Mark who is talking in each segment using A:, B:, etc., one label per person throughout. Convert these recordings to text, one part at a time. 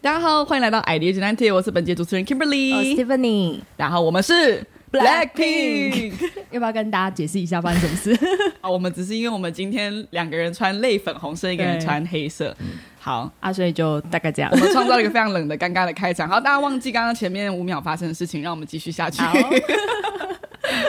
A: 大家好，欢迎来到《矮碟直男贴》，我是本节主持人 Kimberly，、
B: 哦 Stephanie，
A: 然后我们是
B: Blackpink
A: Blackpink。
B: 要不要跟大家解释一下发生什么事？
A: 啊，我们只是因为我们今天两个人穿类粉红色，一个人
B: 对
A: 穿黑色。好，
B: 啊，所以就大概这样
A: 我。们创造了一个非常冷的、尴尬的开场。好，大家忘记刚刚前面五秒发生的事情，让我们继续下去。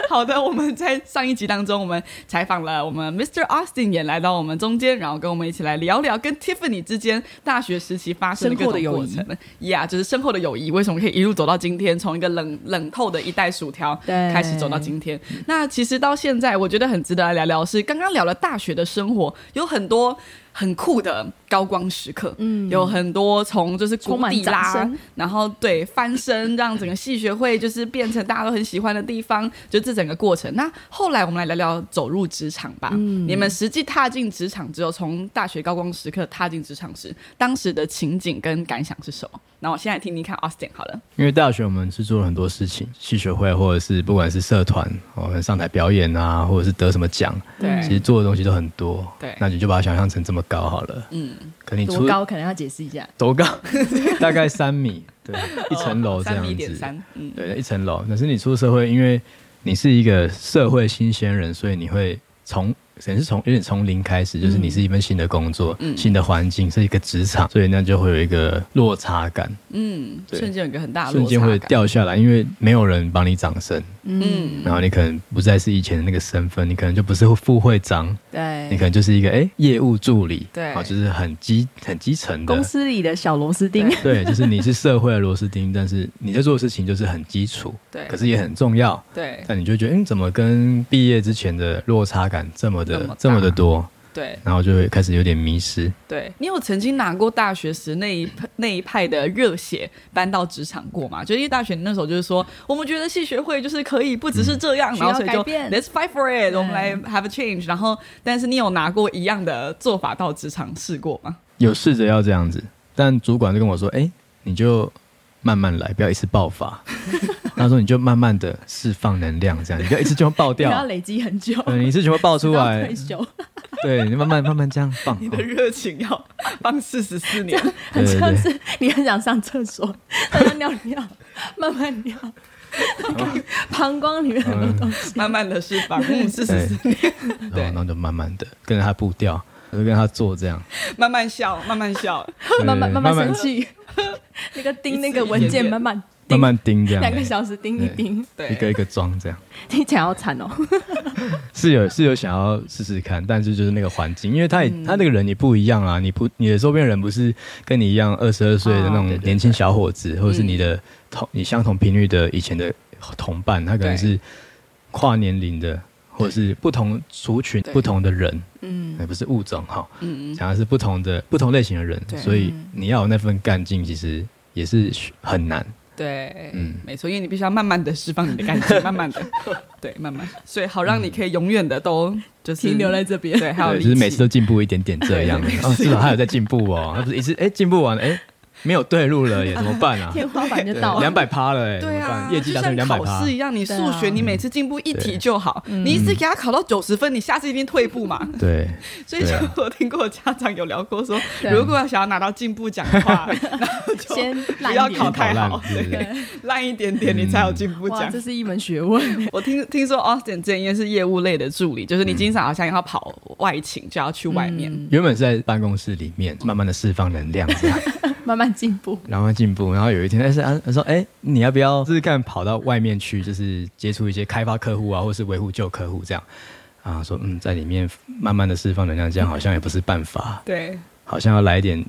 A: 好的，我们在上一集当中，我们采访了我们 Mr. Austin 也来到我们中间，然后跟我们一起来聊聊跟 Tiffany 之间大学时期发生的各种过
B: 深厚
A: 程。呀就是深厚的友谊，为什么可以一路走到今天？从一个冷冷透的一袋薯条
B: 对
A: 开始走到今天。那其实到现在，我觉得很值得来聊聊是刚刚聊了大学的生活，有很多很酷的高光时刻，嗯，有很多从就是谷
B: 充满
A: 底
B: 掌
A: 啦
B: 声，
A: 然后对翻身，让整个系学会就是变成大家都很喜欢的地方，就这整个过程。那后来我们来聊聊走入职场吧。
B: 嗯
A: 你们实际踏进职场之后，从大学高光时刻踏进职场时，当时的情景跟感想是什么？那我现在听听看 Austin 好了。
C: 因为大学我们是做了很多事情，系学会或者是不管是社团，我们上台表演啊，或者是得什么奖，
A: 对
C: 其实做的东西都很多。
A: 对
C: 那你就把它想象成这么高好了。嗯，可你
B: 多
C: 出
B: 高可能要解释一下。
C: 多高？大概三米，对，一层楼这
A: 哦三
C: 样
A: 米
C: 子。
A: 点三，嗯，
C: 对，一层楼。可是你出社会，因为你是一个社会新鲜人，所以你会从等于是从有点从零开始，就是你
A: 嗯
C: 是一份新的工作、新的环境，是一个职场，所以那就会有一个落差感，
A: 嗯，
C: 对
A: 瞬间有一个很大的
C: 瞬间
A: 落差
C: 会
A: 感，
C: 掉下来，因为没有人帮你掌声，
A: 嗯，
C: 然后你可能不再是以前的那个身份，你可能就不是副会长，你
B: 对
C: 可，能就是一个哎、业务助理，
A: 对
C: 哦，就是很基很基层的
B: 公。司里的小螺丝钉。
C: 对，就是你是社会的螺 丝钉，但是你在做的事情就是很基础，
A: 对
C: 可是也很重要，
A: 对
C: 但你就觉得，嗯，怎么跟毕业之前的落差感这么
A: 那么
C: 的
A: 大
C: 这么的多，
A: 对，
C: 然后就会开始有点迷失。
A: 对你有曾经拿过大学时那一派 那一派的热血搬到职场过吗？就因为大学那时候就是说，我们觉得系学会就是可以不只是这样，
B: 嗯需
A: 然
B: 要
A: 后所以就
B: 改变
A: let's fight for it，
B: 对
A: 我们来 have a change。然后，但是你有拿过一样的做法到职场试过 吗？
C: 有试着要这样子，但主管就跟我说，哎、你就慢慢来，不要一次爆发。 他说你就慢慢的释放能量，这样你不要一次全部爆
B: 你要
C: 掉，
B: 累积很久，
C: 对，你一次全部爆出
B: 直到
C: 来
B: 退，休，
C: 对，你慢慢慢慢这样放。
A: 你
C: 哦
A: 的热情要放四十四 年，
C: 对对
B: 就
C: 对，
B: 是你很想上厕所，慢慢尿尿，慢慢尿，膀胱里面很多东西。
A: 慢慢的释放，嗯，四十四年，
C: 然后
A: 对
C: 然后就慢慢的跟着他步调，我就跟他做这样，
A: 慢慢笑，慢慢笑，
C: 对
B: 慢慢慢慢
C: 慢
B: 生气，那个钉那个
A: 一
B: 文
A: 次一点
B: 件
A: 点
B: 慢慢钉
C: 慢慢盯这样，
B: 两个小时钉一钉，
A: 对
C: 一个一个装这样。
B: 听起来好惨哦。
C: 是有是有想要试试看，但是就是那个环境，因为他
A: 嗯
C: 也、他那个人也不一样啊，你不你的周边人不是跟你一样二十二岁的那
A: 哦对
C: 种
A: 对嗯
C: 年轻小伙子，或者是你的同你相同频率的以前的同伴，他可能
A: 对
C: 是跨年龄的，或者是不同族群
A: 对、
C: 不同的人，哎
A: 嗯
C: 也不是物种哈，
A: 嗯嗯，
C: 想要是不同的不同类型的人
A: 对，
C: 所以你要有那份干劲，其实也是很难。
A: 对，
C: 嗯
A: 没错，因为你必须要慢慢的释放你的感 情，慢慢的，对，慢慢，所以好让你可以永远的都就是
B: 停留在这边
A: 对，还有
C: 嗯对，
A: 力
C: 就是
A: 气
C: 每次都进步一点点这样
A: 对。
C: 哦，至少他有在进步哦，他不是一次哎进步完了哎没有对路 了也怎么办啊？
B: 天花板就到了，
C: 两百趴了哎，
A: 对
C: 怎么
A: 啊，
C: 办业绩达成
A: 就
C: 两
A: 像
C: 百
A: 考
C: 趴
A: 试。一样，你
B: 对
A: 数学
B: 啊
A: 你每次进步一题就好，你一次给他考到九十分，你下次一定退步嘛。
C: 对，
A: 所以就
C: 对啊
A: 我听过家长有聊过说，
B: 对
A: 如果想要拿到进步奖的话， 然后就
B: 先
A: 不
B: 烂
A: 要
B: 一点
A: 考太好，
C: 先考烂对
A: 对， 烂一点点你才有进步
B: 哇，
A: 奖
B: 这。是一门学问。
A: 我听听说哦 Austin 之前因为是业务类的助理，
C: 嗯
A: 就是你经常好像要跑外勤，就要去外面。
C: 原本是在办公室里面慢慢的释放能量，这样，
B: 慢慢进步。
C: 然后进步，然后有一天，哎是啊，说哎，你要不要试试看跑到外面去，就是接触一些开发客户啊，或是维护旧客户这样。啊，说嗯，在里面慢慢的释放能量，这样好像也不是办法，
A: 对
C: 好像要来一点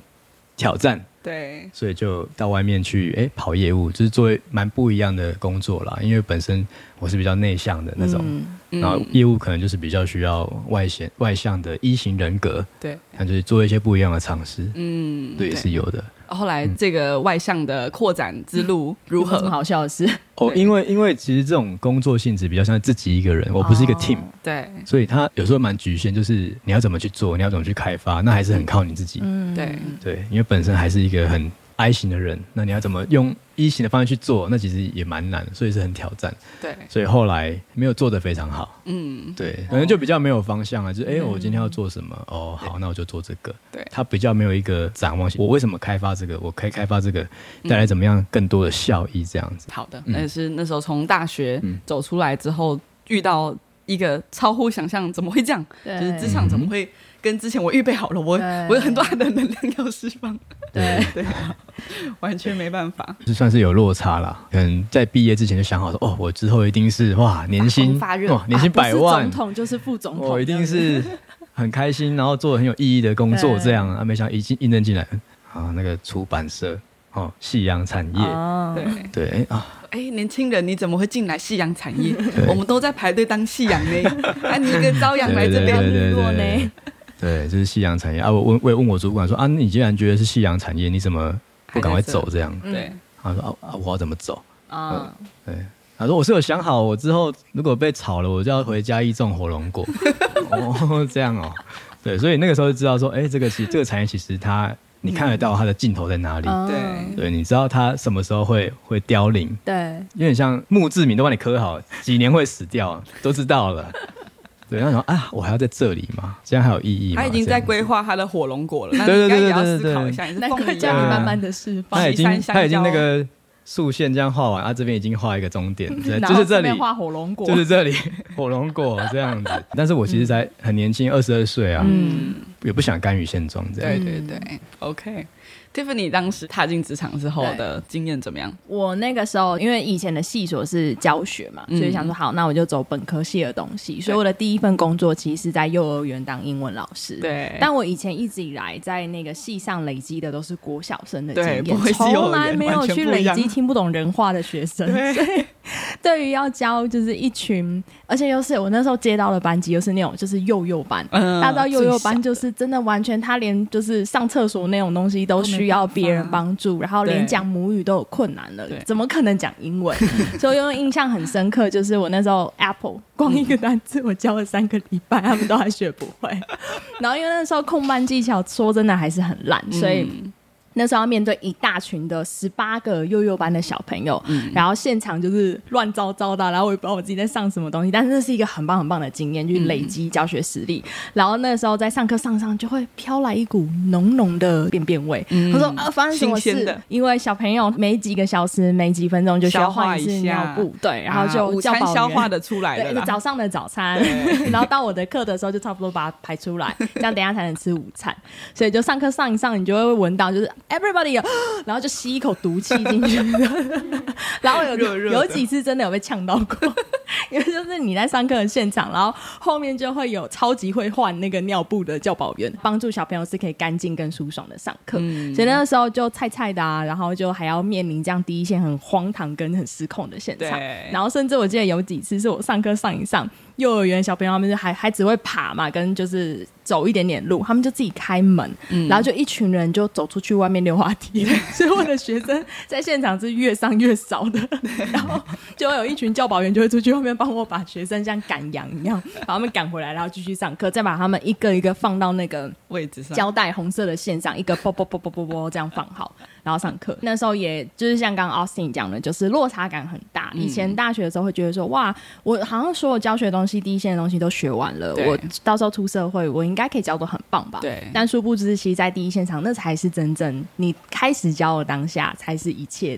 C: 挑战，
A: 对
C: 所以就到外面去哎、诶跑业务，就是做蛮不一样的工作啦。因为本身我是比较内向的那种，然后业务可能就是比较需要外显外向的一型人格，
A: 对，
C: 那就是做一些不一样的尝试，
A: 嗯，
C: 对，也是有的。
A: 后来这个外向的扩展之路如
B: 有没有什
A: 何
B: 么？好笑的事？
C: 哦，
A: 对
C: 因为因为其实这种工作性质比较像自己一个人，我不是一个
B: 哦
C: team，、
A: 对
C: 所以它有时候蛮局限，就是 你要怎么去做，你要怎么去开发，那还是很靠你自己。
B: 嗯，
A: 对，
C: 对，因为本身还是一个很 I 型的人，那你要怎么用一、e、型的方式去做？那其实也蛮难，所以是很挑战。
A: 对，
C: 所以后来没有做得非常好，
A: 嗯，
C: 对，可能就比较没有方向啊，
B: 嗯
C: 就是哎、诶我今天要做什么？哦，好，那我就做这个。
A: 对
C: 它比较没有一个展望性。我为什么开发这个？我可以开发这个
B: 嗯
C: 带来怎么样更多的效益？这样子，
A: 好的，
C: 嗯
A: 那是那时候从大学
C: 嗯
A: 走出来之后，遇到一个超乎想象，怎么会这样？
B: 对
A: 就是职场怎么会跟之前我预备好了，我
B: 对
A: 我有很多的能量要释放，
B: 对，
A: 对，完全没办法。
C: 就算是有落差啦。可能在毕业之前就想好说，哦，我之后一定是哇，年薪
A: 发热
C: 哇，年薪百
B: 啊不
C: 万
B: 是总，统就是副总
C: 我
B: 统，
C: 一定是很开心，然后做得很有意义的工作
B: 对
C: 这样啊。没想到一进应征进来啊，那个出版社哦，夕阳产业，
B: 哦
A: 对，
C: 对哎啊，
A: 哎、年轻人，你怎么会进来夕阳产业？
C: 对
A: 我们都在排队当夕阳呢，啊，你一个朝阳来这边，
B: 对日落呢
C: 对，就是夕阳产业啊！我问，我也问我主管说啊，你既然觉得是夕阳产业，你怎么不赶快走这样？
A: 对对
C: 他说啊啊，我要怎么走？
B: 啊，
C: 对，他说我是有想好，我之后如果被炒了，我就要回家一种火龙果。哦，这样哦，对，所以那个时候就知道说，哎，这个其这个产业其实它你看得到它的尽头在哪里，
A: 呃
B: 嗯
A: 对
C: 对，你知道它什么时候会会凋零，
B: 对，
C: 有点像墓志铭都帮你刻好，几年会死掉都知道了。 对，然后想啊，我还要在这里吗？这样还有意义吗？
A: 他已经
C: 这
A: 在
C: 样子
A: 规划他的火龙 果了，那
C: 对
A: 你应
C: 对
A: 该
C: 对
A: 也要
C: 对对
A: 思考一下，你是
B: 难
A: 凤
B: 怪
A: 梨
B: 叫你
A: 啊
B: 慢慢的释放
A: 对，
C: 他已
A: 西山
C: 经
A: 香
C: 他已经
A: 蕉
C: 那个竖线这样画完啊，这边已经画一个终点，对
B: 然后
C: 就是这里
B: 顺便，画火龙果，
C: 就是这里， 火龙果这样子。但是我其实才很年轻，二十二岁啊，
B: 嗯，
C: 也不想甘于现状这
A: 对
C: 样。
A: 对对，OK。Tiffany 当时踏进职场之后的经验怎么样？
B: 我那个时候因为以前的系所是教学嘛，
A: 嗯
B: 所以想说好，那我就走本科系的东西。所以我的第一份工作其实是在幼儿园当英文老师。。
A: 对但
B: 但我以前一直以来在那个系上累积的都是国小生的经
A: 对
B: 验
A: 不会，是幼儿园
B: 从来没有
A: 完全
B: 去
A: 不一
B: 累
A: 样
B: 积听不懂人话的学生。所以对于要教就是一群，而且又是我那时候接到的班级又是那种就是幼幼班，
A: 嗯
B: 大家知道幼幼班
A: 最小
B: 就是真的完全他连就是上厕所那种东西都需要别人帮助，然后
A: 对
B: 连讲母语都有困难了
A: 对，
B: 怎么可能讲英 文？所以我印象很深刻，就是我那时候 Apple 光一个单词我教了三个礼拜，他们都还学不会。然后因为那时候控班技巧说真的还是很烂，所以。
A: 嗯
B: 那时候要面对一大群的十八个幼幼班的小朋友，
A: 嗯
B: 然后现场就是乱糟糟的，然后我也不知道我自己在上什么东西，但是那是一个很棒很棒的经验，去累积教学实力。
A: 嗯
B: 然后那时候在上课上上就会飘来一股浓浓的便便味，
A: 嗯
B: 他说啊发生什么
A: 新鲜
B: 事
A: 的？
B: 因为小朋友没几个小时没几分钟就需要
A: 消化
B: 换一次
A: 一下
B: 尿布，对，然后
A: 啊
B: 就
A: 午
B: 叫
A: 餐
B: 保
A: 消
B: 员
A: 化的出来了
B: 对，
A: 啦，
B: 早上的早餐， 然后到我的课的时候就差不多把它排出来，这样等一下才能吃午餐。所以就上课上一上，你就会闻到就是 everybody，啊 然后就吸一口毒气进去，然后有
A: 热热的
B: 有几次真的有被呛到过。 因为就是你在上课的现场，然后后面就会有超级会换那个尿布的教保员，帮助小朋友是可以干净跟舒爽的上课。
A: 嗯
B: 所以那个时候就菜菜的啊，然后就还要面临这样第一线很荒唐跟很失控的现场
A: 对。
B: 然后甚至我记得有几次是我上课上一上，幼儿园小朋友他们就还还只会爬嘛，跟就是走一点点路，他们就自己开门，然后就一群人就走出去外面溜滑梯。所以我的学生在现场是越上越少的，然后就会有一群教保员就会出去外面帮我把学生像赶羊一样把他们赶回来，然后继续上课，再把他们一个一个放到那个。
A: 位置上，
B: 胶带红色的线上，一个啵啵啵啵啵啵这样放好，然后上课。那时候也就是像刚刚 Austin 讲的，就是落差感很大。
A: 嗯
B: 以前大学的时候会觉得说，哇，我好像所有教学东西、第一线的东西都学完了，
A: 对
B: 我到时候出社会，我应该可以教的很棒吧？
A: 对
B: 但殊不知，其实，在第一现场，那才是真正你开始教的当下，才是一切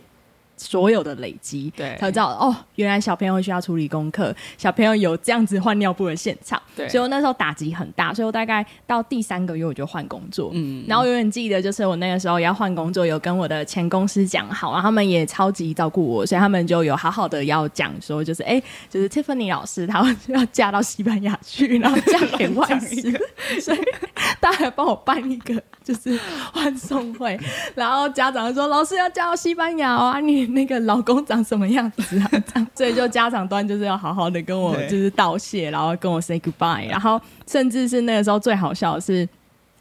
B: 所有的累积，
A: 对
B: 才知道哦，原来小朋友需要处理功课，小朋友有这样子换尿布的现场，
A: 对
B: 所以我那时候打击很大，所以我大概到第三个月我就换工作，
A: 嗯
B: 然后我永远记得就是我那个时候也要换工作，有跟我的前公司讲好，然后他们也超级照顾我，所以他们就有好好的要讲说，就是哎、就是 Tiffany 老师她要嫁到西班牙去，然后嫁给外
A: 讲一
B: 师，所以大家帮我办一个就是欢送会，然后家长就说老师要嫁到西班牙哦啊，你那个老公长什么样子啊？这样，所以就家长端就是要好好的跟我
A: 对
B: 就是道谢，然后跟我 say goodbye，然后甚至是那个时候最好笑的是。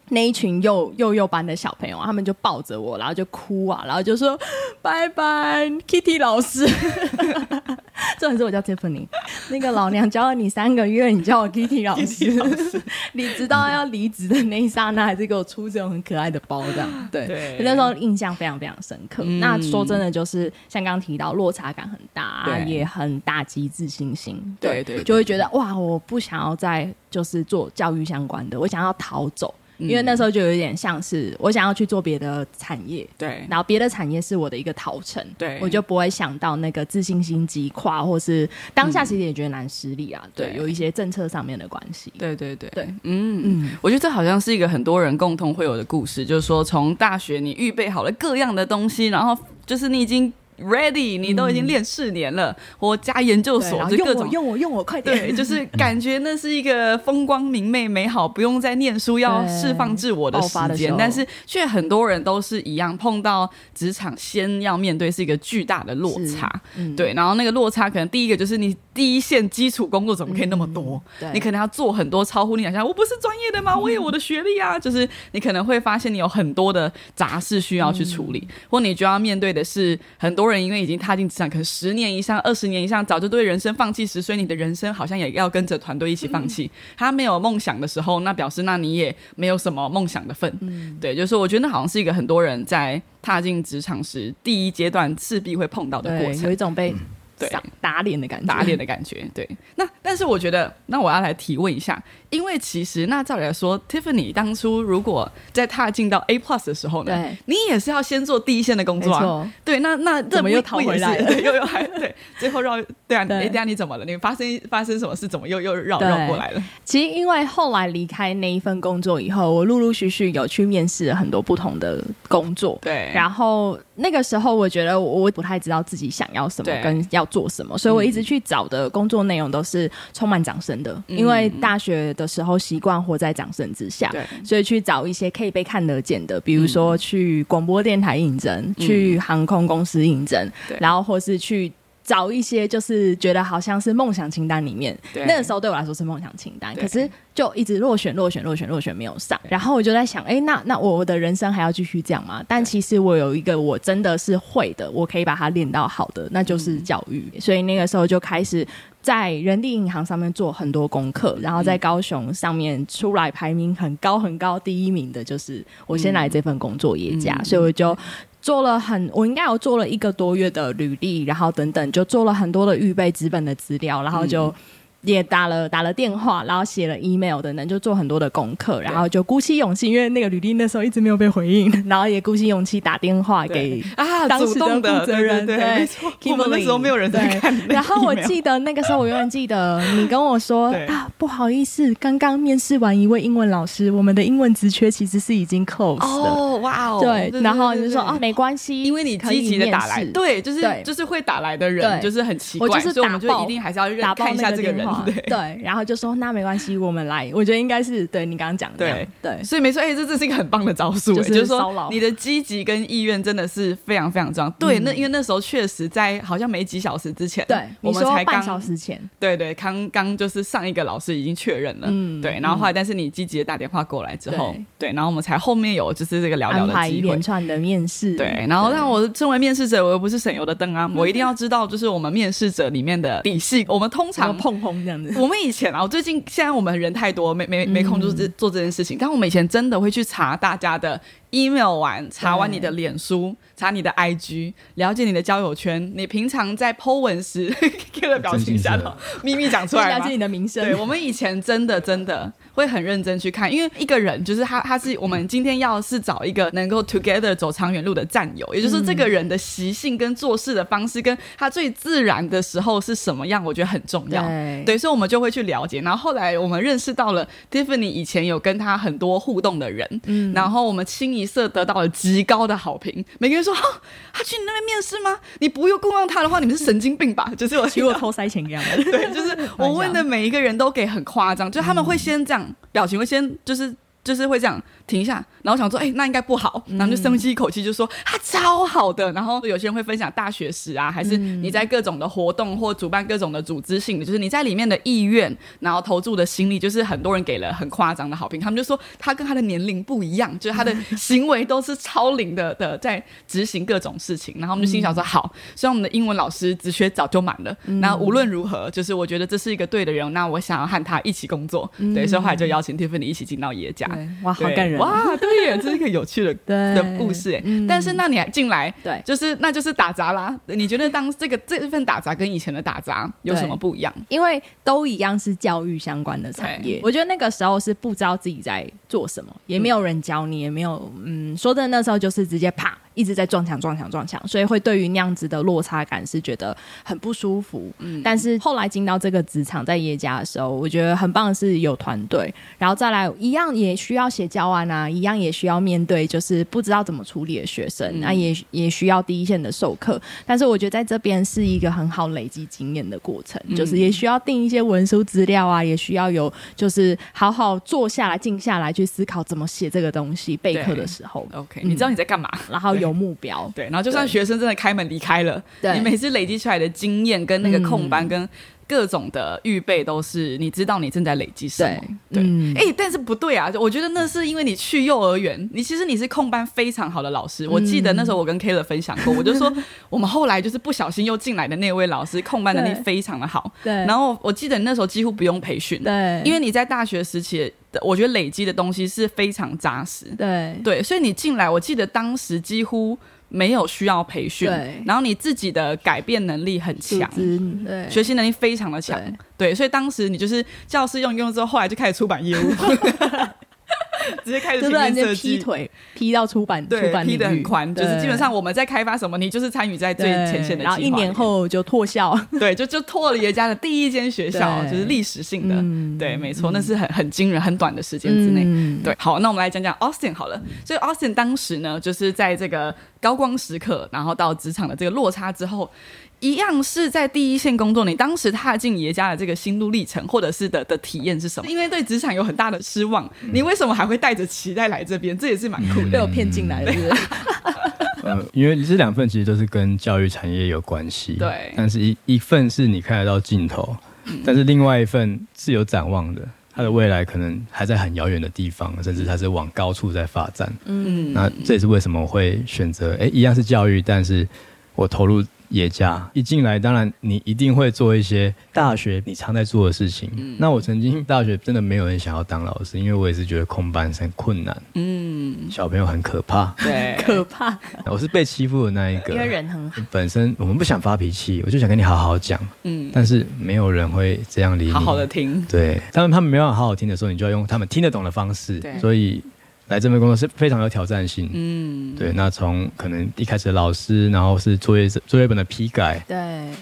B: 那一群幼幼幼班的小朋友，他们就抱着我，然后就哭啊，然后就说拜拜，Kitty 老师。 重点是我叫 Tiffany，那个老娘教了你三个月，你叫我 Kitty 老师， 你知道要离职的那一刹那，还是给我出这种很可爱的包这样。对，
A: 对
B: 那时候印象非常非常深刻。
A: 嗯
B: 那说真的，就是像刚刚提到，落差感很大、啊，
A: 对
B: 也很打击自信心。
A: 对对对
B: 就会觉得哇，我不想要再就是做教育相关的，我想要逃走。
A: 嗯
B: 因为那时候就有点像是我想要去做别的产业，
A: 对
B: 然后别的产业是我的一个逃城，
A: 对
B: 我就不会想到那个自信心击垮，或是当下其实也觉得蛮失利啊，对，
A: 嗯对
B: 有一些政策上面的关系，
A: 对对对
B: 对，
A: 嗯嗯，我觉得这好像是一个很多人共同会有的故事，就是说从大学你预备好了各样的东西，然后就是你已经 ready，你都已经练四年了，或加研究
B: 对
A: 所
B: 然，后
A: 就各
B: 用我
A: 种。
B: 用我用我快点，
A: 对，就是感觉那是一个风光明媚、美好，不用再念书，要
B: 对
A: 释放自我的
B: 爆
A: 时
B: 发的时
A: 间
B: 候。
A: 但是，却很多人都是一样，碰到职场先要面对是一个巨大的落
B: 是
A: 差。
B: 嗯
A: 对，然后那个落差可能第一个就是你第一线基础工作怎么可以那么多？
B: 嗯对
A: 你可能要做很多超乎你想象。我不是专业的 吗？我有我的学历啊，就是你可能会发现你有很多的杂事需要去处理，
B: 嗯
A: 或你就要面对的是很多人因为已经踏进职场，可能十年以上、二十年以上，早就对人生放弃时，所以你的人生好像也要跟着团队一起放弃。
B: 嗯
A: 他没有梦想的时候，那表示那你也没有什么梦想的份。
B: 嗯
A: 对，就是我觉得那好像是一个很多人在踏进职场时第一阶段势必会碰到的过
B: 对，
A: 程嗯
B: 有。一种被
A: 对
B: 赏打脸的感觉，
A: 打脸的感觉。对，那但是我觉得，那我要来提问一下，因为其实那照理来说，Tiffany 当初如果在踏进到 A Plus 的时候呢
B: 对，
A: 你也是要先做第一线的工
B: 没
A: 作、啊。
B: 错，
A: 对，那那这
B: 怎么又
A: 不
B: 逃回来
A: 不也
B: 了
A: 是 对又又还对，最后绕对啊，
B: 对
A: 哎，等一下你怎么了？你发生发生什么事？怎么又又绕
B: 对
A: 绕过来了？
B: 其实因为后来离开那一份工作以后，我陆陆续续有去面试了很多不同的工作。
A: 对，
B: 然后那个时候，我觉得我我不太知道自己想要什么
A: 对嗯
B: 跟要做什么，所以我一直去找的工作内容都是充满掌声的，因为大学的时候习惯活在掌声之下，
A: 嗯对
B: 所以去找一些可以被看得见的，比如说去广播电台应征，去航空公司应征
A: 对，
B: 然后或是去。找一些就是觉得好像是梦想清单里面，
A: 对
B: 那个时候对我来说是梦想清单，
A: 对
B: 可是就一直落选、落选、落选、落选没有上。然后我就在想，哎、那那我的人生还要继续这样吗？但其实我有一个我真的是会的，我可以把它练到好的，那就是
A: 嗯
B: 教育。所以那个时候就开始在人力银行上面做很多功课，然后在
A: 嗯
B: 高雄上面出来排名很高很高第一名的，就是我先来这份工作业
A: 嗯
B: 家，所以我就。做了很，我应该有做了一个多月的履历，然后等等，就做了很多的预备资本的资料，然后
A: 嗯
B: 就也打了打了电话，然后写了 email 等等，就做很多的功课，然后就鼓起勇气，因为那个履历那时候一直没有被回 应，然后也鼓起勇气打电话给
A: 对 啊，
B: 当
A: 主
B: 时
A: 动
B: 的负责人
A: 对对对
B: 对
A: 没错，我们那时候
B: Kimberly，
A: 没有人在
B: 对
A: 看那个 email。
B: 然后我记得那个时候，我永远记得你跟我说
A: 对
B: 啊，不好意思，刚刚面试完一位英文老师，我们的英文职缺其实是已经 close 了。
A: 哦，哇哦，
B: 对，然后你
A: 对
B: 就
A: 对
B: 说
A: 对
B: 哦，没关系，
A: 因为你积极的打
B: 可以
A: 来，
B: 面试
A: 对，就是
B: 对
A: 就是会打来的人，
B: 对
A: 就是很奇
B: 我
A: 怪，
B: 就是
A: 所以我们
B: 打
A: 就
B: 爆
A: 一定还是要认
B: 打爆
A: 看一下
B: 那
A: 这
B: 个
A: 个人
B: 电话，
A: 对。
B: 对，然后就说那没关系，我们来，我觉得应该是对你刚刚讲的那样，对，
A: 所以没错，哎、这这是一个很棒的招数、
B: 就
A: 哎
B: 是
A: 就是
B: 骚
A: 说
B: 扰
A: 你的积极跟意愿真的是非常非常重要。对，
B: 嗯
A: 那因为那时候确实在好像没几小时之前，
B: 对，
A: 我
B: 你
A: 们
B: 说
A: 才
B: 半小
A: 刚
B: 时前，
A: 对对，刚刚就是上一个老师已经确认了，
B: 嗯
A: 对，然后后来但是你积极的打电话过来之后，对然后我们才后面有就是这个聊聊
B: 安
A: 的
B: 排一
A: 机会
B: 连。串的面试，
A: 嗯对，然后让我身为面试者，我又不是省油的灯啊，我一定要知道，就是我们面试者里面的底细。我们通
B: 然
A: 常
B: 后碰轰这样子，
A: 我们以前啊，我最近现在我们人太多，没没没空做这、做这件事情。但我们以前真的会去查大家的 email 完，查完你的脸书，查你的 IG，了解你的交友圈，你平常在 po 文时 给的表情吓到，秘密讲出
B: 先
A: 来
B: 了
A: 吗
B: 解？你的名声，
A: 对，我们以前真的真的会很认真去看，因为一个人就是他，他是我们今天要是找一个能够 together 走长远路的战友，也就是这个人的习性跟做事的方式，跟他最自然的时候是什么样，我觉得很重要。
B: 对
A: 对，所以我们就会去了解。然后后来我们认识到了 Tiffany 以前有跟他很多互动的人，嗯，然后我们清一色得到了极高的好评。每个人说：“哈、啊他去你那边面试吗？你不用雇佣他的话，你们是神经病吧？”就是我
B: 给我偷塞钱给他们，
A: 对，就是我问的每一个人都给很夸张，就是他们会先这样，表情会先就是就是会这样停一下，然后想说，哎、那应该不好，然后就深吸一口气，就说它超好的。然后有些人会分享大学史啊，还是你在各种的活动或主办各种的组织性的，就是你在里面的意愿，然后投注的心力，就是很多人给了很夸张的好评，他们就说他跟他的年龄不一样，就是他的行为都是超龄的的在执行各种事情。然后我们就心想说，好，虽然我们的英文老师职缺早就满了，
B: 嗯
A: 那无论如何，就是我觉得这是一个对的人，那我想要和他一起工作，对，所以后来就邀请 Tiffany 一起进到野家。
B: 嗯对，哇，好
A: 对
B: 感人，
A: 哇！对耶，这是一个有趣的
B: 对嗯
A: 的故事哎。但是那你还进来，
B: 对
A: 就是那就是打杂啦。你觉得当这个这份打杂跟以前的打杂有什么不一样？
B: 因为都一样是教育相关的产业
A: 对，
B: 我觉得那个时候是不知道自己在做什么，也没有人教你，也没有嗯，说真的那时候就是直接啪一直在撞墙撞墙撞墙，所以会对于那样子的落差感是觉得很不舒服。但是后来进到这个职场，在业家的时候，我觉得很棒的是有团队，然后再来一样也需要写教案啊，一样也需要面对就是不知道怎么处理的学生，那、也也需要第一线的授课。但是我觉得在这边是一个很好累积经验的过程，
A: 嗯
B: 就是也需要定一些文书资料啊，也需要有就是好好坐下来静下来去思考怎么写这个东西，备课的时候，
A: OK，
B: 嗯
A: 你知道你在干嘛？
B: 然后有目标，
A: 对，然后就算学生真的开门离开了，
B: 对嗯
A: 你每次累积出来的经验跟那个空班跟各种的预备，都是你知道你正在累积什么。对，
B: 嗯
A: 哎、但是不对啊！我觉得那是因为你去幼儿园，你其实你是空班非常好的老师。
B: 嗯
A: 我记得那时候我跟 Kayla 分享过，我就 说我们后来就是不小心又进来的那位老师，空班能力
B: 对
A: 非常的好。
B: 对
A: 然后我记得你那时候几乎不用培训，
B: 对，
A: 因为你在大学时期的，我觉得累积的东西是非常扎实。
B: 对
A: 对，所以你进来，我记得当时几乎没有需要培训
B: 对，
A: 然后你自己的改变能力很强。
B: 组织对
A: 学习能力非常的强，对，所以当时你就是教师用一用之后，后来就开始出版业务， 直接开始
B: 就
A: 平
B: 突然
A: 面
B: 间
A: 设
B: 劈
A: 计，
B: 腿，劈到出版出
A: 对，
B: 版
A: 批的
B: 领
A: 很
B: 域
A: 宽，就是基本上我们在开发什么，你就是参与在最
B: 对
A: 前线的计划里面。
B: 然后一年后就脱校，
A: 对，就就拓了爷家的第一间学校，
B: 对
A: 就是历史性的，
B: 嗯
A: 对，没错，那是很很惊人、很短的时间之内。
B: 嗯
A: 对，好，那我们来讲讲 Austin 好了。所以 Austin 当时呢，就是在这个高光时刻，然后到职场的这个落差之后，一样是在第一线工作。你当时踏进爷家的这个心路历程，或者是的的体验是什么？因为对职场有很大的失望，你为什么还会带着期待来这边？这也是蛮酷的。
B: 被我骗进来了，是不 是？
C: 呃，因为这两份其实都是跟教育产业有关系，
A: 对
C: 但是一一份是你看得到尽头，但是另外一份是有展望的，它的未来可能还在很遥远的地方，甚至它是往高处在发展。
A: 嗯，
C: 那这也是为什么我会选择，哎，一样是教育，但是我投入野家。一进来，当然你一定会做一些大学你常在做的事情。那我曾经大学真的没有人想要当老师，因为我也是觉得空班很困难，
A: 嗯，，
C: 小朋友很可怕
A: 对，
B: 可怕，
C: 我是被欺负的那一个。
B: 因为人很好，
C: 本身我们不想发脾气，我就想跟你好好讲，
A: 嗯，
C: 但是没有人会这样理你。
A: 好好的听，
C: 对，当他们没办法好好听的时候，你就要用他们听得懂的方式
A: 对。
C: 所以来这份工作是非常有挑战性。
A: 嗯，
C: 对，那从可能一开始的老师，然后是作业作业本的批改，
B: 对，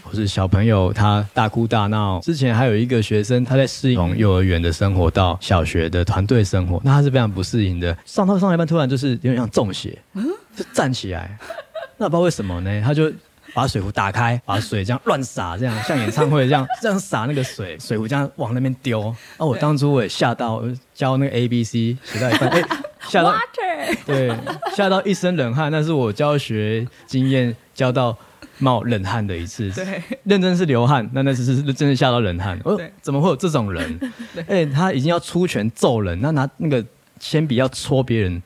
C: 或是小朋友他大哭大闹。之前还有一个学生，他在适应从幼儿园的生活到小学的团队生活，那他是非常不适应的。上到上到一半，突然就是有点像中邪，就站起来，那不知道为什么呢，他就。把水壶打开，把水这样乱洒，这样像演唱会这样这样洒那个水， 水壶这样往那边丢。啊，我当初我也吓到，我教那个 A B C 学到一半，哎、吓到
B: Water
C: 对，吓到一身冷汗，那是我教学经验教到冒冷汗的一次。
A: 对，
C: 认真是流汗，那那次是真的吓到冷汗。哦
A: 对，
C: 怎么会有这种人？哎，他已经要出拳揍人，那拿那个铅笔要戳别人，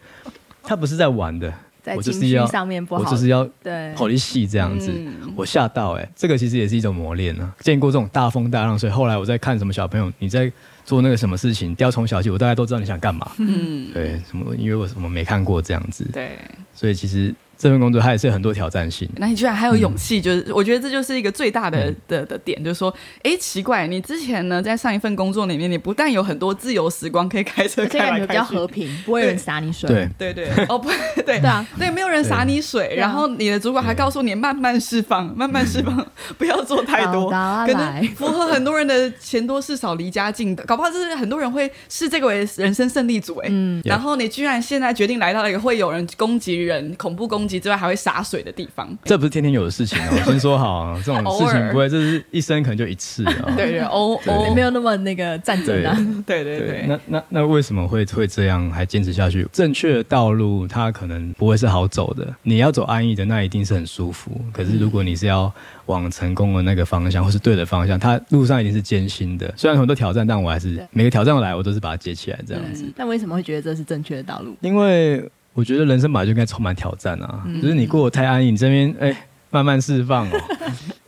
C: 他不是在玩的，
B: 在
C: 我就
B: 情
C: 是
B: 绪
C: 要
B: 上面不
C: 我
B: 好，
C: 就是要
B: 对，
C: 好力戏这样子，
A: 嗯
C: 我吓到哎、这个其实也是一种磨练啊。见过这种大风大浪，所以后来我在看什么小朋友，你在做那个什么事情，雕虫小技，我大概都知道你想干嘛。
A: 嗯，
C: 对，什么因为我什么没看过这样子，
A: 对。
C: 所以其实这份工作它也是有很多挑战性。
A: 那你居然还有勇
B: 嗯
A: 气，就是我觉得这就是一个最大的的的点，就是说，哎，奇怪，你之前呢在上一份工作里面，你不但有很多自由时光可以开车
B: 而且
A: 开
B: 感
A: 来
B: 觉比较
A: 开去，
B: 和平，不会有人洒你水，
C: 对，
A: 对对，哦不，对
B: 对啊，
A: 对，没有人洒你水，
B: 对啊
A: 然后你的主管还告诉你慢慢释放，慢慢释放， 不要做太多
B: 好的啊，
A: 可
B: 来
A: 能符合很多人的钱多事少离家近的，搞不好就是很多人会视这个为人生胜利组哎，
B: 嗯
A: 然后你居然现在决定来到了一个会有人攻击人、恐怖攻攻击之外，还会洒水的地方。
C: 这不是天天有的事情 哦，我先说好啊，这种事
A: 偶
C: 情
A: 尔
C: 不会，这是一生可能就一次 啊。
A: 对对，哦
C: 对
A: 哦，
B: 没有那么那个战争啊。
A: 对对
C: 对，
A: 对，
C: 那那那为什么会会这样还坚持下去？正确的道路它可能不会是好走的，你要走安逸的那一定是很舒服。可是如果你是要往成功的那个方向，或是对的方向，它路上一定是艰辛的。虽然很多挑战，但我还是每个挑战来，我都是把它接起来这 样子。
B: 但为什么会觉得这是正确的道路？
C: 因为我觉得人生本来就应该充满挑战啊，就是你过得太安逸，你这边哎。慢慢释放哦，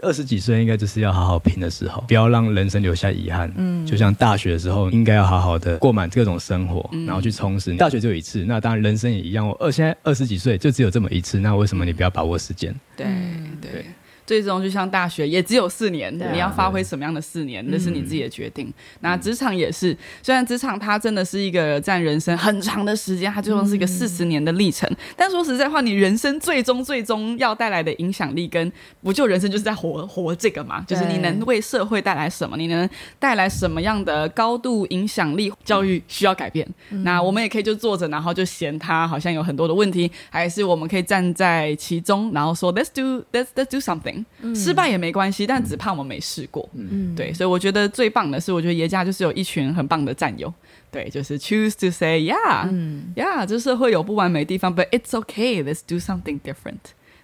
C: 二十几岁应该就是要好好拼的时候，不要让人生留下遗憾。嗯，就像大学的时候，应该要好好的过满各种生活，然后去充实。大学只有一次，那当然人生也一样哦。我二现在二十几岁就只有这么一次，那为什么你不要把握时间？
A: 对对，最终就像大学也只有四年，
B: 对啊嗯
A: 你要发挥什么样的四年，那是你自己的决定。那职场也是，虽然职场它真的是一个占人生很长的时间，它最终是一个四十年的历程。但说实在话，你人生最终最终要带来的影响力跟不就人生就是在活活这个嘛，就是你
B: 对
A: 能为社会带来什么，你能带来什么样的高度影响力？教育需要改变。那我们也可以就坐着，然后就嫌它好像有很多的问题，还是我们可以站在其中，然后说 Let's do Let's Let's do something，、失败也没关系，但只怕我们没试过。
B: 嗯，
A: 对，所以我觉得最棒的是，我觉得耶加就是有一群很棒的战友，对，就是 choose to say yeah，
B: 嗯
A: Yeah，这社会有不完美的地方，but it's okay. Let's do something different.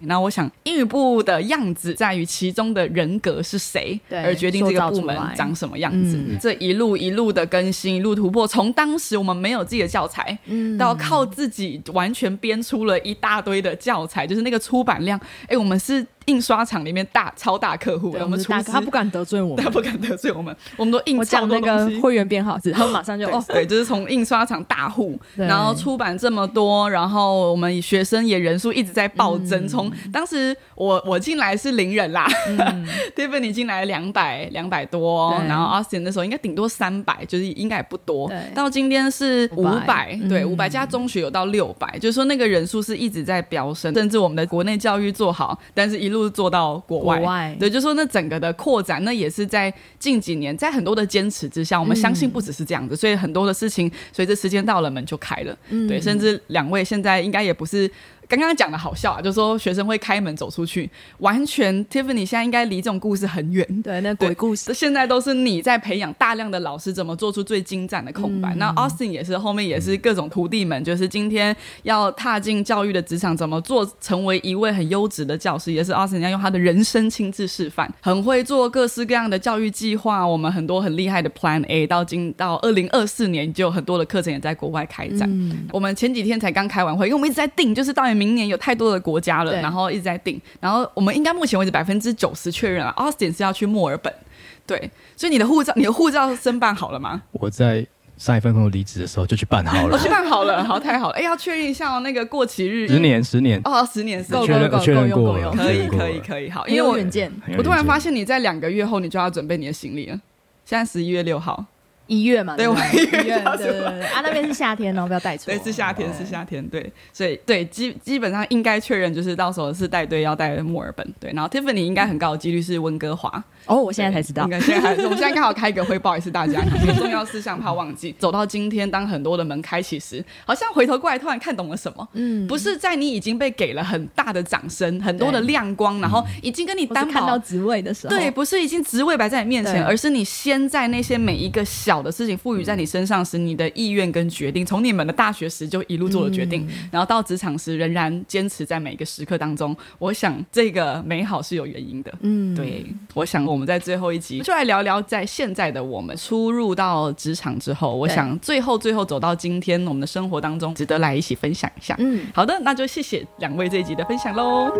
A: 那我想，英语部的样子在于其中的人格是谁，
B: 对
A: 而决定这个部门
B: 塑造出来
A: 长什么样子。
B: 嗯
A: 这一路一路的更新，一路突破，从当时我们没有自己的教材，
B: 嗯
A: 到靠自己完全编出了一大堆的教材，就是那个出版量，哎，我们是印刷厂里面大超大客户，
B: 对
A: 我
B: 我
A: 们
B: 们
A: 出
B: 大
A: 资
B: 哥他不敢得罪我
A: 他
B: 们，
A: 不敢得罪我们， 我们都印
B: 我
A: 超
B: 讲
A: 多
B: 那
A: 东
B: 个
A: 西。
B: 会员编号然后马上就
A: 对
B: 哦，
A: 对，就是从印刷厂大户，
B: 对
A: 然后出版这么多，然后我们学生也人数一直在暴
B: 嗯
A: 增。从当时我我进来是零人啦、t i f f a n y 进来两百两百多，
B: 嗯对
A: 然后 Austin 那时候应该顶多三百，就是应该也不多
B: 对。
A: 到今天是五百
B: 500，
A: 对，
B: 嗯
A: 五百加中学有到六百，就是说那个人数是一直在飙升，甚至我们的国内教育做好，但是一路做到国外。
B: 国外
A: 对，就说那整个的扩展，那也是在近几年，在很多的坚持之下，我们相信不只是这样子，所以很多的事情随着时间到了，门就开了。
B: 嗯
A: 对，甚至两位现在应该也不是。刚刚讲的好笑啊，就说学生会开门走出去，完全 Tiffany 现在应该离这种故事很远。
B: 对，那鬼故事，
A: 现在都是你在培养大量的老师怎么做出最精湛的空白。那 Austin 也是后面也是各种徒弟们，就是今天要踏进教育的职场，怎么做成为一位很优质的教师，也是 Austin 要用他的人生亲自示范，很会做各式各样的教育计划。我们很多很厉害的 Plan A，到今到二零二四年就有很多的课程也在国外开展。
B: 嗯，
A: 我们前几天才刚开完会，因为我们一直在定，就是到底明年有太多的国家了，
B: 对
A: 然后一直在定。然后我们应该目前为止百分之九十确认了，Austin 哦是要去墨尔本。对，所以你的护照，你的护照申办好了吗？
C: 我在上一份工作离职的时候就去办好
A: 我
C: 了，
A: 去办好了，好，太好了。哎，要确认一下哦，那个过期日
C: 十年十年，
A: 哦，十年是
B: 够
C: 我
A: 吧
B: 够
C: 确认
B: 够
C: 我确认
B: 够用
C: 过
B: 够
C: 了，
B: 用
A: 可
C: 确
A: 以，
C: 认过
A: 可以，
C: 了
A: 可以，好，
B: 很
A: 因为
B: 有
A: 我
B: 远见，
C: 很有
A: 我突然
C: 远见
A: 发现你在两个月后你就要准备你的行李了。现在十一月六号，
B: 一月嘛，
A: 对
B: 不
A: 我一月
B: 一月，
A: 要
B: 对对对，啊，那边是夏天哦，不要带错，
A: 对，是夏天，是夏天，对，所以对基基本上应该确认，就是到时候是带队要带墨尔本，对，然后 Tiffany 应该很高的几率是温哥华，
B: 哦，我现在才知道
A: 应，该现在还 我们现在刚好开个会，不好意思大家，有重要事项怕忘记。走到今天，当很多的门开启时，好像回头过来突然看懂了什么，
B: 嗯，
A: 不是在你已经被给了很大的掌声、很多的
B: 对
A: 亮光，然后已经跟你
B: 我是
A: 担
B: 看到
A: 保
B: 职位的时候，
A: 对，不是已经职位摆在你面前，
B: 哦对嗯
A: 而是你先在那些每一个小的事情赋予在你身上时，你的意愿跟决定，从你们的大学时就一路做了决定，
B: 嗯
A: 然后到职场时仍然坚持在每一个时刻当中。我想这个美好是有原因的。
B: 嗯，
A: 对，我想我们在最后一集就来聊聊，在现在的我们出入到职场之后，我
B: 对
A: 想最后最后走到今天我们的生活当中，值得来一起分享一下。
B: 嗯，
A: 好的，那就谢谢两位这一集的分享喽。